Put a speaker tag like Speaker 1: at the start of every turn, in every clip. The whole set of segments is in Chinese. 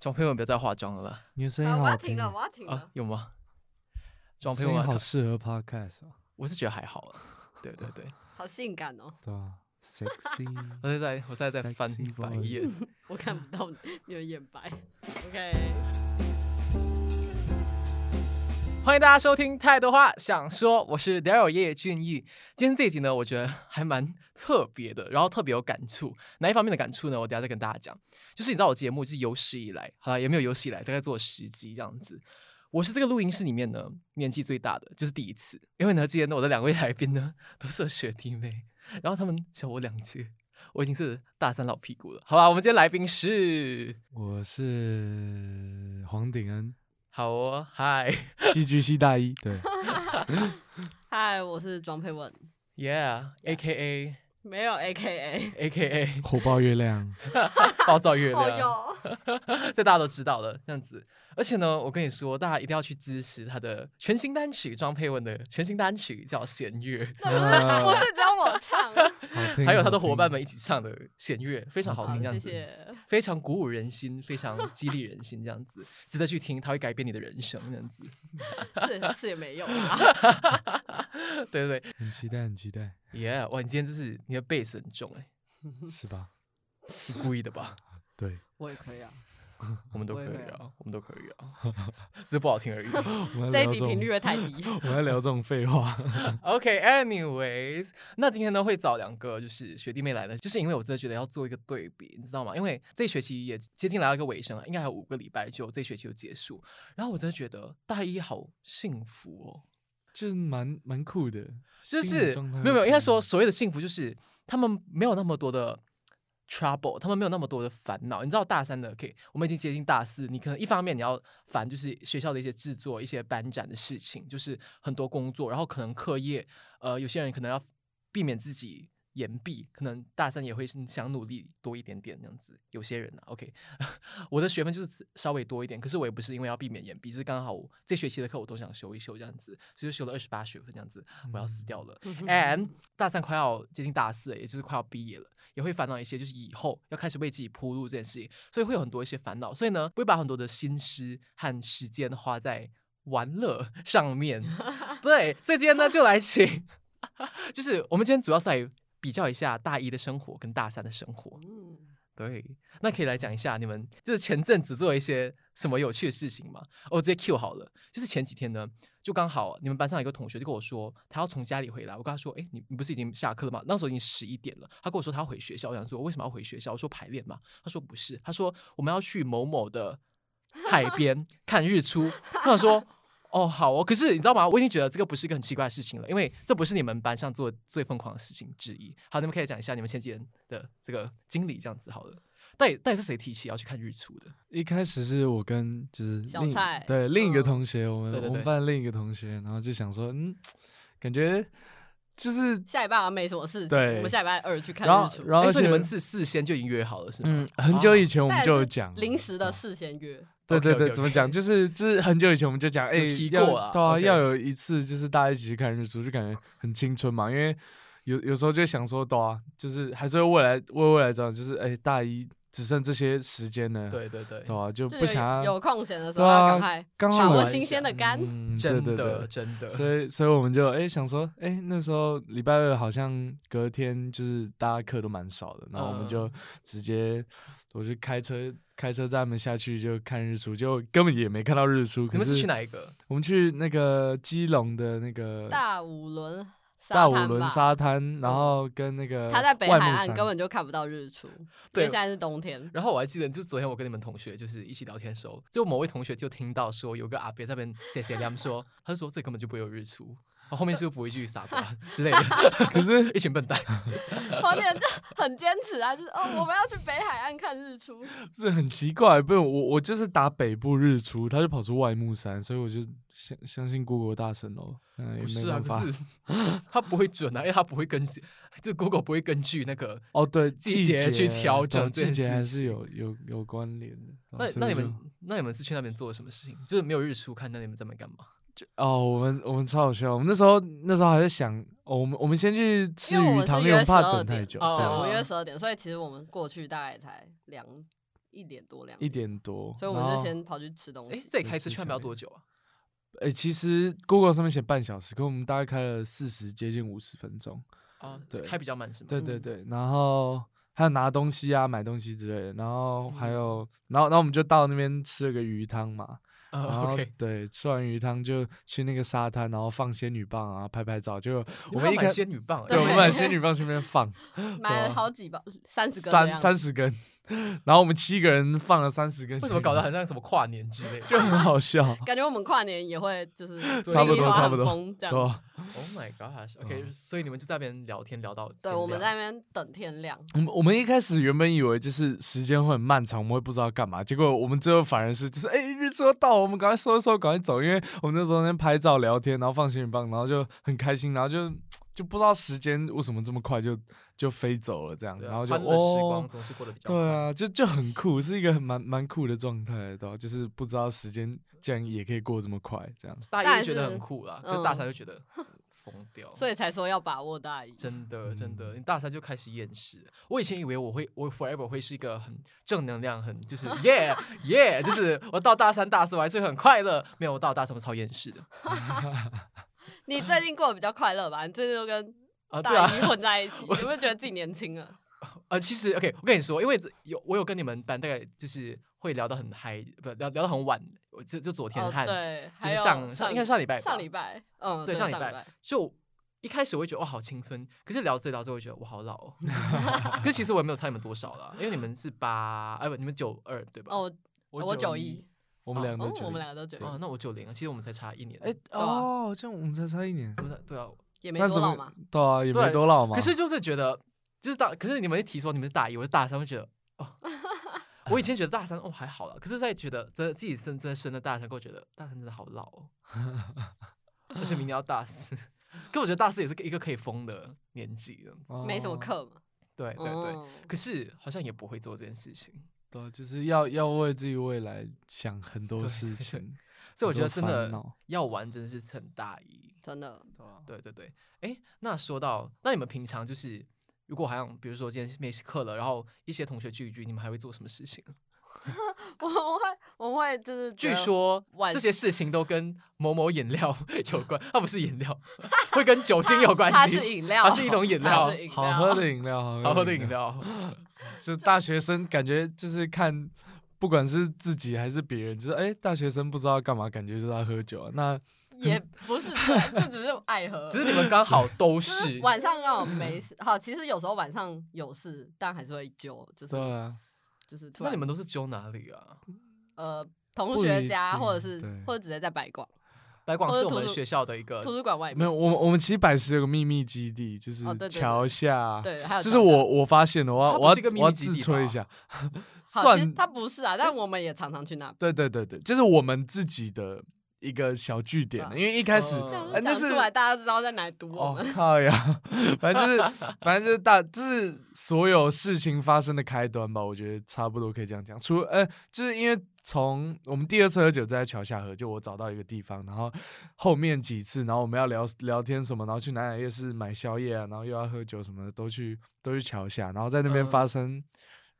Speaker 1: 装配文不要再化妆了吧？
Speaker 2: 你的声音
Speaker 3: 啊，我
Speaker 2: 好
Speaker 3: 要
Speaker 2: 好
Speaker 3: 停
Speaker 2: 听
Speaker 3: 了，
Speaker 2: 哦，
Speaker 3: 我要停
Speaker 1: 啊
Speaker 3: 了，。
Speaker 1: 有吗？装配
Speaker 2: 声音
Speaker 1: 文
Speaker 2: 好适合 podcast 哦，
Speaker 1: 我是觉得还好了。对对 对，
Speaker 3: 好性感 哦！
Speaker 2: 对啊，sexy
Speaker 1: 我。是在我现在在翻
Speaker 2: Sexy
Speaker 1: 白
Speaker 2: boy
Speaker 1: 眼。
Speaker 3: 我看不到你的眼白。OK，
Speaker 1: 欢迎大家收听《太多话想说》，我是 Daryl 叶俊逸。今天这一集呢，我觉得还蛮特别的，然后特别有感触。哪一方面的感触呢？我等一下再跟大家讲。就是你知道，我节目就是有史以来，好了，也没有有史以来，大概做了十集这样子。我是这个录音室里面呢年纪最大的，就是第一次。因为呢，今天呢我的两位来宾呢都是我学弟妹，然后他们小我两届，我已经是大三老屁股了。好吧，我们今天来宾是
Speaker 2: 我是呃黄鼎恩，
Speaker 1: 好哦，嗨
Speaker 2: 戏剧系大一， 对，
Speaker 3: 嗨，我是庄佩文，
Speaker 1: ，Yeah，A K A
Speaker 3: 没有 AKA。
Speaker 1: A K A。
Speaker 2: 火爆月亮，
Speaker 1: 暴躁月
Speaker 3: 哦
Speaker 1: 亮，
Speaker 3: 哟，
Speaker 1: 啊 这大家都知道了。这样子，而且呢，我跟你说，大家一定要去支持他的全新单曲，庄佩文的全新单曲叫《弦乐
Speaker 2: 啊
Speaker 3: 不是只有我唱，
Speaker 2: 好》，听
Speaker 1: 还有他的
Speaker 2: 好听
Speaker 1: 伙伴们一起唱的《弦乐》，非常好听，这样
Speaker 3: 谢
Speaker 1: 子，
Speaker 3: 谢。
Speaker 1: 非常鼓舞人心，非常激励人心，这样子，值得去听，它会改变你的人生，这样子。
Speaker 3: 是是也没有啦，
Speaker 1: 对对
Speaker 2: 很期待，很期待，
Speaker 1: 对，Yeah，哇，你今天真是你的 bass 很重哎、
Speaker 2: 是吧？
Speaker 1: 你故意的 吧？
Speaker 2: 对，
Speaker 3: 我也可以啊。
Speaker 1: 我们都
Speaker 3: 不
Speaker 1: 可
Speaker 3: 会
Speaker 1: 以
Speaker 3: 不会
Speaker 1: 啊，我们都可以啊， 只是不好听而已。
Speaker 2: 我们
Speaker 3: 这
Speaker 2: 在
Speaker 3: 一
Speaker 2: 聊这
Speaker 3: 集
Speaker 2: 种
Speaker 3: 频率，会太 低。
Speaker 2: 我们在聊这种废话，
Speaker 1: OK，anyways，、那今天呢会找两个就是学弟妹来呢，就是因为我真的觉得要做一个对比，你知道吗？因为这学期也接近来到一个尾声了，应该还有五个礼拜就这学期就结束。然后我真的觉得大一好幸福哦，
Speaker 2: 就是蛮蛮酷的，
Speaker 1: 就
Speaker 2: 心理
Speaker 1: 是
Speaker 2: 状态
Speaker 1: 没有没有，
Speaker 2: 会
Speaker 1: 应该说
Speaker 2: 不一样
Speaker 1: 所谓的幸福就是他们没有那么多的 trouble，他们没有那么多的烦恼。你知道大三的 OK，我们已经接近大四，你可能一方面你要烦就是学校的一些制作、一些班展的事情，就是很多工作，然后可能课业，呃，有些人可能要避免自己。延毕，可能大三也会想努力多一点点那样子。有些人啊，OK，我 的学分就是稍微多一点，可是我也不是因为要避免延毕，就是刚好我这学期的课我都想修一修这样子，所以就修了二十八学分这样子，我要死
Speaker 2: 嗯
Speaker 1: 掉了。and 大三快要接近大四了，也就是快要毕业了，也会烦恼一些，就是以后要开始为自己铺路这件事情，所以会有很多一些烦恼，所以呢，会把很多的心思和时间花在玩乐 上面。对，所以今天呢，就来请， 就是我们今天主要是来比较一下大一的生活跟大三的生活。
Speaker 3: 嗯，
Speaker 1: 对，那可以来讲一下你们就是前阵子做了一些什么有趣的事情吗？我、直接 Q 好了，就是前几天呢，就刚好你们班上有一个同学就跟我说，他要从家里回来。我跟他说，哎，你你不是已经下课了吗？那时候已经十一点了。他跟我说他要回学校，我想说为什么要回学校？我说排练嘛。他说不是，他说我们要去某某的海边看日出。我想说。哦，好哦，可是你知道吗？我已经觉得这个不是一个很奇怪的事情了，因为这不是你们班上做最疯狂的事情之一。好，你们可以讲一下你们前几天的这个经历，这样子好了。到底到底是谁提起要去看日出的？
Speaker 2: 一开始是我跟就是
Speaker 3: 小
Speaker 2: 另
Speaker 3: 蔡
Speaker 2: 对另一个
Speaker 3: 嗯
Speaker 2: 同学，我们
Speaker 1: 对对
Speaker 2: 我
Speaker 1: 对
Speaker 2: 们班另一个同学，然后就想说，嗯，感觉就是
Speaker 3: 下礼拜好像没什么事情，
Speaker 2: 对
Speaker 3: 我们下礼拜二去看
Speaker 2: 然
Speaker 3: 日
Speaker 2: 后
Speaker 3: 出。
Speaker 2: 然后
Speaker 1: 哎
Speaker 2: 而
Speaker 1: 所以
Speaker 2: 且
Speaker 1: 你们是事先就已经约好了，是吗？
Speaker 2: 嗯，很久以前我
Speaker 3: 但
Speaker 2: 们
Speaker 3: 哦是
Speaker 2: 就有讲了
Speaker 3: 临时的
Speaker 2: 对
Speaker 3: 事先约，
Speaker 2: 对对
Speaker 1: OK，OK，OK
Speaker 2: 对，怎么讲？就是就是很久以前我们就讲，哎、
Speaker 1: 有提
Speaker 2: 要
Speaker 1: 过啊
Speaker 2: 对啊
Speaker 1: OK
Speaker 2: 要有一次就是大家一起去看日出，就感觉很青春嘛。因为有有时候就想说，对啊，就是还是会未来为未来着想，就是哎、大一只剩这些时间了，
Speaker 1: 对对对，
Speaker 2: 对啊，就
Speaker 3: 就
Speaker 2: 不想
Speaker 3: 有有
Speaker 2: 要
Speaker 3: 空闲的时
Speaker 2: 对
Speaker 3: 候要
Speaker 2: 啊
Speaker 3: 赶快
Speaker 2: 刚
Speaker 3: 把
Speaker 2: 好
Speaker 3: 握
Speaker 1: 玩一
Speaker 3: 新
Speaker 1: 下
Speaker 3: 鲜的干。
Speaker 2: 嗯，对
Speaker 1: 真
Speaker 2: 对
Speaker 1: 的
Speaker 2: 对。
Speaker 1: 真 的，
Speaker 2: 所以，所以我们就哎、想说，哎、那时候礼拜二好像隔天就是大家课都蛮少的，然后我
Speaker 1: 嗯
Speaker 2: 们就直接我就开车开车载他们下去就看日出，就根本也没看到日出。
Speaker 1: 你
Speaker 2: 可
Speaker 1: 们
Speaker 2: 是
Speaker 1: 是去哪一个？
Speaker 2: 我们去那个基隆的那个
Speaker 3: 大五轮沙
Speaker 2: 大五
Speaker 3: 滩
Speaker 2: 轮
Speaker 3: 吧
Speaker 2: 沙滩，然后跟那个
Speaker 3: 它在北
Speaker 2: 呃外
Speaker 3: 海
Speaker 2: 木
Speaker 3: 岸
Speaker 2: 山
Speaker 3: 根本就看不到日出，因
Speaker 1: 对
Speaker 3: 为现在是冬 天。
Speaker 1: 然后我还记得，就昨天我跟你们同学就是一起聊天的时候，就某位同学就听到说有个阿伯在那边写写他们说，他就说这根本就不会有日出，然后后面是不是补一句傻瓜之类的，
Speaker 2: 可是
Speaker 1: 一群笨蛋。
Speaker 3: 黄点就很坚持啊，就是哦，我们要去北海岸看日 出。
Speaker 2: 是很奇怪，不是我我就是打北部日出，他就跑出外木山，所以我就相相信 Google 大神喽，嗯，
Speaker 1: 不
Speaker 2: 也
Speaker 1: 是
Speaker 2: 没
Speaker 1: 啊，
Speaker 2: 办
Speaker 1: 不
Speaker 2: 法。
Speaker 1: 是， 他不会准啊，因为他不会根据，这 Google 不会根据那个。
Speaker 2: 哦，对，
Speaker 1: 季
Speaker 2: 节
Speaker 1: 节去调
Speaker 2: 对
Speaker 1: 整这
Speaker 2: 季
Speaker 1: 件
Speaker 2: 节
Speaker 1: 事
Speaker 2: 还是
Speaker 1: 情
Speaker 2: 有有有关联的。
Speaker 1: 那
Speaker 2: 哦所
Speaker 1: 那你
Speaker 2: 以就
Speaker 1: 们那你们是去那边做了什么事情？就是没有日出看，那你们在那边干嘛？
Speaker 2: 哦，我们我们超好笑，我们那时候那时候还在想，哦，我们我们先去吃
Speaker 3: 因为我
Speaker 2: 鱼
Speaker 3: 们
Speaker 2: 汤，
Speaker 3: 是
Speaker 2: 因为我们
Speaker 3: 约
Speaker 2: 怕
Speaker 3: 12
Speaker 2: 等太
Speaker 3: 点
Speaker 2: 久。
Speaker 1: 哦
Speaker 3: 对，
Speaker 2: 对
Speaker 3: 五月十二点，所以其实我们过去大概才两一点多两
Speaker 2: 一，点哦多，
Speaker 3: 所以我们
Speaker 2: 然
Speaker 3: 就
Speaker 2: 后
Speaker 3: 先跑去吃东
Speaker 1: 哎，
Speaker 3: 西。
Speaker 1: 这里开车
Speaker 2: 吃
Speaker 1: 圈
Speaker 2: 宵
Speaker 1: 不要
Speaker 2: 夜
Speaker 1: 多久啊？
Speaker 2: 哎、其实 Google 上面写半小时，可我们大概开了四十，接近五十分钟。
Speaker 1: 啊，
Speaker 2: 对
Speaker 1: 开比较慢是吗？
Speaker 2: 对对
Speaker 3: 嗯
Speaker 2: 对，然后还有拿东西啊，买东西之类的，然后还
Speaker 1: 嗯
Speaker 2: 有，然后然后我们就到那边吃了个鱼汤嘛，然
Speaker 1: 啊
Speaker 2: 后
Speaker 1: ，OK。
Speaker 2: 对，吃完鱼汤就去那个沙滩，然后放仙女棒啊，拍拍照。结果
Speaker 1: 你
Speaker 2: 我
Speaker 1: 还
Speaker 2: 们一
Speaker 1: 买
Speaker 2: 开
Speaker 1: 仙女棒欸，
Speaker 2: 对，我们
Speaker 3: 对
Speaker 2: 把仙女棒去那 边放
Speaker 3: 买
Speaker 2: 对啊
Speaker 3: 了好几包，三十个的
Speaker 2: 三
Speaker 3: 样子
Speaker 2: 三十根，然后我们七个人放了三十根，
Speaker 1: 为什么搞得？很像什么跨年之类的？
Speaker 2: 就很 好笑，
Speaker 3: 感觉我们跨年也会 就是
Speaker 1: 差不多
Speaker 3: 茉莉花
Speaker 2: 差不多
Speaker 3: 很疯这
Speaker 2: 对啊
Speaker 3: 样。
Speaker 2: 吧？
Speaker 1: Oh my gosh！OK，、
Speaker 2: 对啊
Speaker 1: 所以你们就在那边聊天聊到天
Speaker 3: 对，
Speaker 1: 亮
Speaker 3: 我们在那边等天亮，
Speaker 2: 我们我们一开始原本以为就是时间会很漫长，我们会不知道干嘛，结果我们最后反而是就是哎、日出要到了，我们赶快收一收，赶快走，因为我们那时候在那边拍照聊天，然后放仙女棒，然后就很开心，然后就就不知道时间为什么这么快就就飞走了这样，
Speaker 1: 对啊
Speaker 2: 然后就
Speaker 1: 欢乐时光
Speaker 2: 哦
Speaker 1: 总是过得比较
Speaker 2: 对
Speaker 1: 快。
Speaker 2: 啊，就就很酷，是一个很蛮蛮酷的状态，对吧、啊就是不知道时间竟然也可以过这么快，这样。
Speaker 1: 大
Speaker 3: 但
Speaker 1: 一就觉得
Speaker 3: 是
Speaker 1: 很酷啦，可是大
Speaker 3: 嗯
Speaker 1: 三就觉得疯掉。
Speaker 3: 所以才说要把握大一。
Speaker 1: 真的真
Speaker 3: 嗯
Speaker 1: 的，你大三就开始厌世。我以前以为我会，我 forever 会是一个很正能量，很 就是 yeah yeah，就是我到大三大四我还是会很快乐。没有，我到大三我超厌世的
Speaker 3: 你最近过得比较快乐吧？你最近都跟
Speaker 1: 啊，对
Speaker 3: 大
Speaker 1: 啊，
Speaker 3: 一混在一起， 有没有觉得自己年轻了？
Speaker 1: 呃，其实 OK，我跟你说，因为有我有跟你们班大概就是会聊到很嗨，不聊聊到很晚，我就就昨天
Speaker 3: 哦，
Speaker 1: 和
Speaker 3: 对，还
Speaker 1: 是
Speaker 3: 有
Speaker 1: 上上应该上礼拜吧
Speaker 3: 上礼拜，嗯，
Speaker 1: 对，
Speaker 3: 对，
Speaker 1: 上
Speaker 3: 上
Speaker 1: 礼拜
Speaker 3: 拜，
Speaker 1: 就一开始我会觉得哇哦好青春，可是聊着聊着我会觉得我好老、 哦，可是其实我也没有差你们多少啦，因为你们是八，哎不，你们九二对吧？
Speaker 3: 哦，我九一，，
Speaker 2: 我们两个
Speaker 3: 哦
Speaker 2: 都九一。
Speaker 3: 我们两个都九一
Speaker 1: 哦，那我九零啊，其实我们才差一年，
Speaker 2: 哎、
Speaker 3: 啊
Speaker 2: 哦，这样我们才差一年
Speaker 1: 我，们才对啊，
Speaker 3: 也没
Speaker 2: 那
Speaker 3: 多
Speaker 2: 怎
Speaker 3: 老
Speaker 2: 么
Speaker 3: 嘛。
Speaker 2: 对啊，也没
Speaker 1: 对
Speaker 2: 多老嘛。
Speaker 1: 可是就是觉得就是大，可是你们一提说你们是大一，我是大三，我就觉得 哦。我以前觉得大三哦还好啦，可是在觉得真的自己真真的升了大三，我觉得大三真的好老、 哦，而且明年要大四，可我觉得大四也是一个可以疯的年纪，这样子。
Speaker 2: 哦
Speaker 3: 没什么，课嘛，
Speaker 1: 对对对，
Speaker 3: 嗯
Speaker 1: 可是好像也不会做这件事情，
Speaker 2: 对，啊就是要要为自己未来想很多
Speaker 1: 对
Speaker 2: 事
Speaker 1: 对对
Speaker 2: 情。
Speaker 1: 所以我
Speaker 2: 很
Speaker 1: 觉得
Speaker 2: 多
Speaker 1: 真
Speaker 2: 烦
Speaker 1: 的
Speaker 2: 恼
Speaker 1: 要玩真的是很大意。
Speaker 3: 真的
Speaker 2: 对啊
Speaker 1: 对对对，哎，那说到那你们平常就是如果好像比如说今天没课了，然后一些同学聚一聚，你们还会做什么事情？
Speaker 3: 我们会我们会就是
Speaker 1: 据
Speaker 3: 觉得
Speaker 1: 说
Speaker 3: 呃晚
Speaker 1: 这些事情都跟某某饮料 有关，它不是饮料， 会跟酒精
Speaker 3: 它
Speaker 1: 有关
Speaker 3: 它
Speaker 1: 系，
Speaker 3: 是饮料，
Speaker 1: 它是一种饮
Speaker 3: 它
Speaker 1: 料
Speaker 3: 是饮
Speaker 2: 好喝
Speaker 3: 料
Speaker 2: 的饮料，
Speaker 1: 好喝哦的饮。料。
Speaker 2: 就大学生感觉就是看，不管是自己还是别人，就是哎、大学生不知道干嘛，感觉就是在喝酒、啊。那
Speaker 3: 也不是这样，就只是爱喝，
Speaker 1: 只是你们刚 好都，
Speaker 3: 就是晚上那种没事。好，其实有时候晚上有事，但还是会揪，就是
Speaker 2: 对啊，
Speaker 3: 就是突
Speaker 1: 那
Speaker 3: 然
Speaker 1: 你们都是揪哪里啊？
Speaker 3: 呃同
Speaker 2: 不
Speaker 3: 学
Speaker 2: 一
Speaker 3: 家，或者
Speaker 2: 定
Speaker 3: 是
Speaker 2: 对
Speaker 3: 或者直接在百广
Speaker 1: 白广
Speaker 3: 或
Speaker 1: 是
Speaker 3: 者
Speaker 1: 我
Speaker 3: 呃图
Speaker 1: 们
Speaker 3: 书
Speaker 1: 学校的一个
Speaker 3: 图书馆外面，
Speaker 2: 没有我们我们其实百石有个秘密基地，就是
Speaker 3: 哦对对对
Speaker 2: 桥下。
Speaker 3: 对，还有
Speaker 2: 这是
Speaker 3: 桥下
Speaker 2: 我我发现的，我
Speaker 1: 它
Speaker 2: 要
Speaker 1: 不
Speaker 2: 我
Speaker 1: 是一
Speaker 2: 要
Speaker 1: 个秘
Speaker 2: 我要
Speaker 1: 密基
Speaker 2: 自
Speaker 1: 地
Speaker 2: 吹
Speaker 1: 吧
Speaker 2: 一下，
Speaker 3: 好，其实
Speaker 2: 算
Speaker 3: 它不是啊，但我们也常常去那。
Speaker 2: 对对对对，就是我们自己的一个小据点，
Speaker 3: 嗯
Speaker 2: 因为一开始
Speaker 1: 嗯
Speaker 3: 这样
Speaker 1: 哎
Speaker 3: 子
Speaker 2: 那
Speaker 3: 讲
Speaker 2: 是
Speaker 3: 出来，大家知道在哪里堵我
Speaker 2: 哦
Speaker 3: 们。
Speaker 2: 靠呀，反正就是反正就是大，就是所有事情发生的开端吧，我觉得差不多可以这样讲。除呃，就是因为从我们第二次喝酒在桥下喝，就我找到一个地方，然后后面几次，然后我们要聊聊天什么，然后去南海夜市买宵夜啊，然后又要喝酒什么的，都去都去桥下，然后在那边
Speaker 1: 嗯
Speaker 2: 发生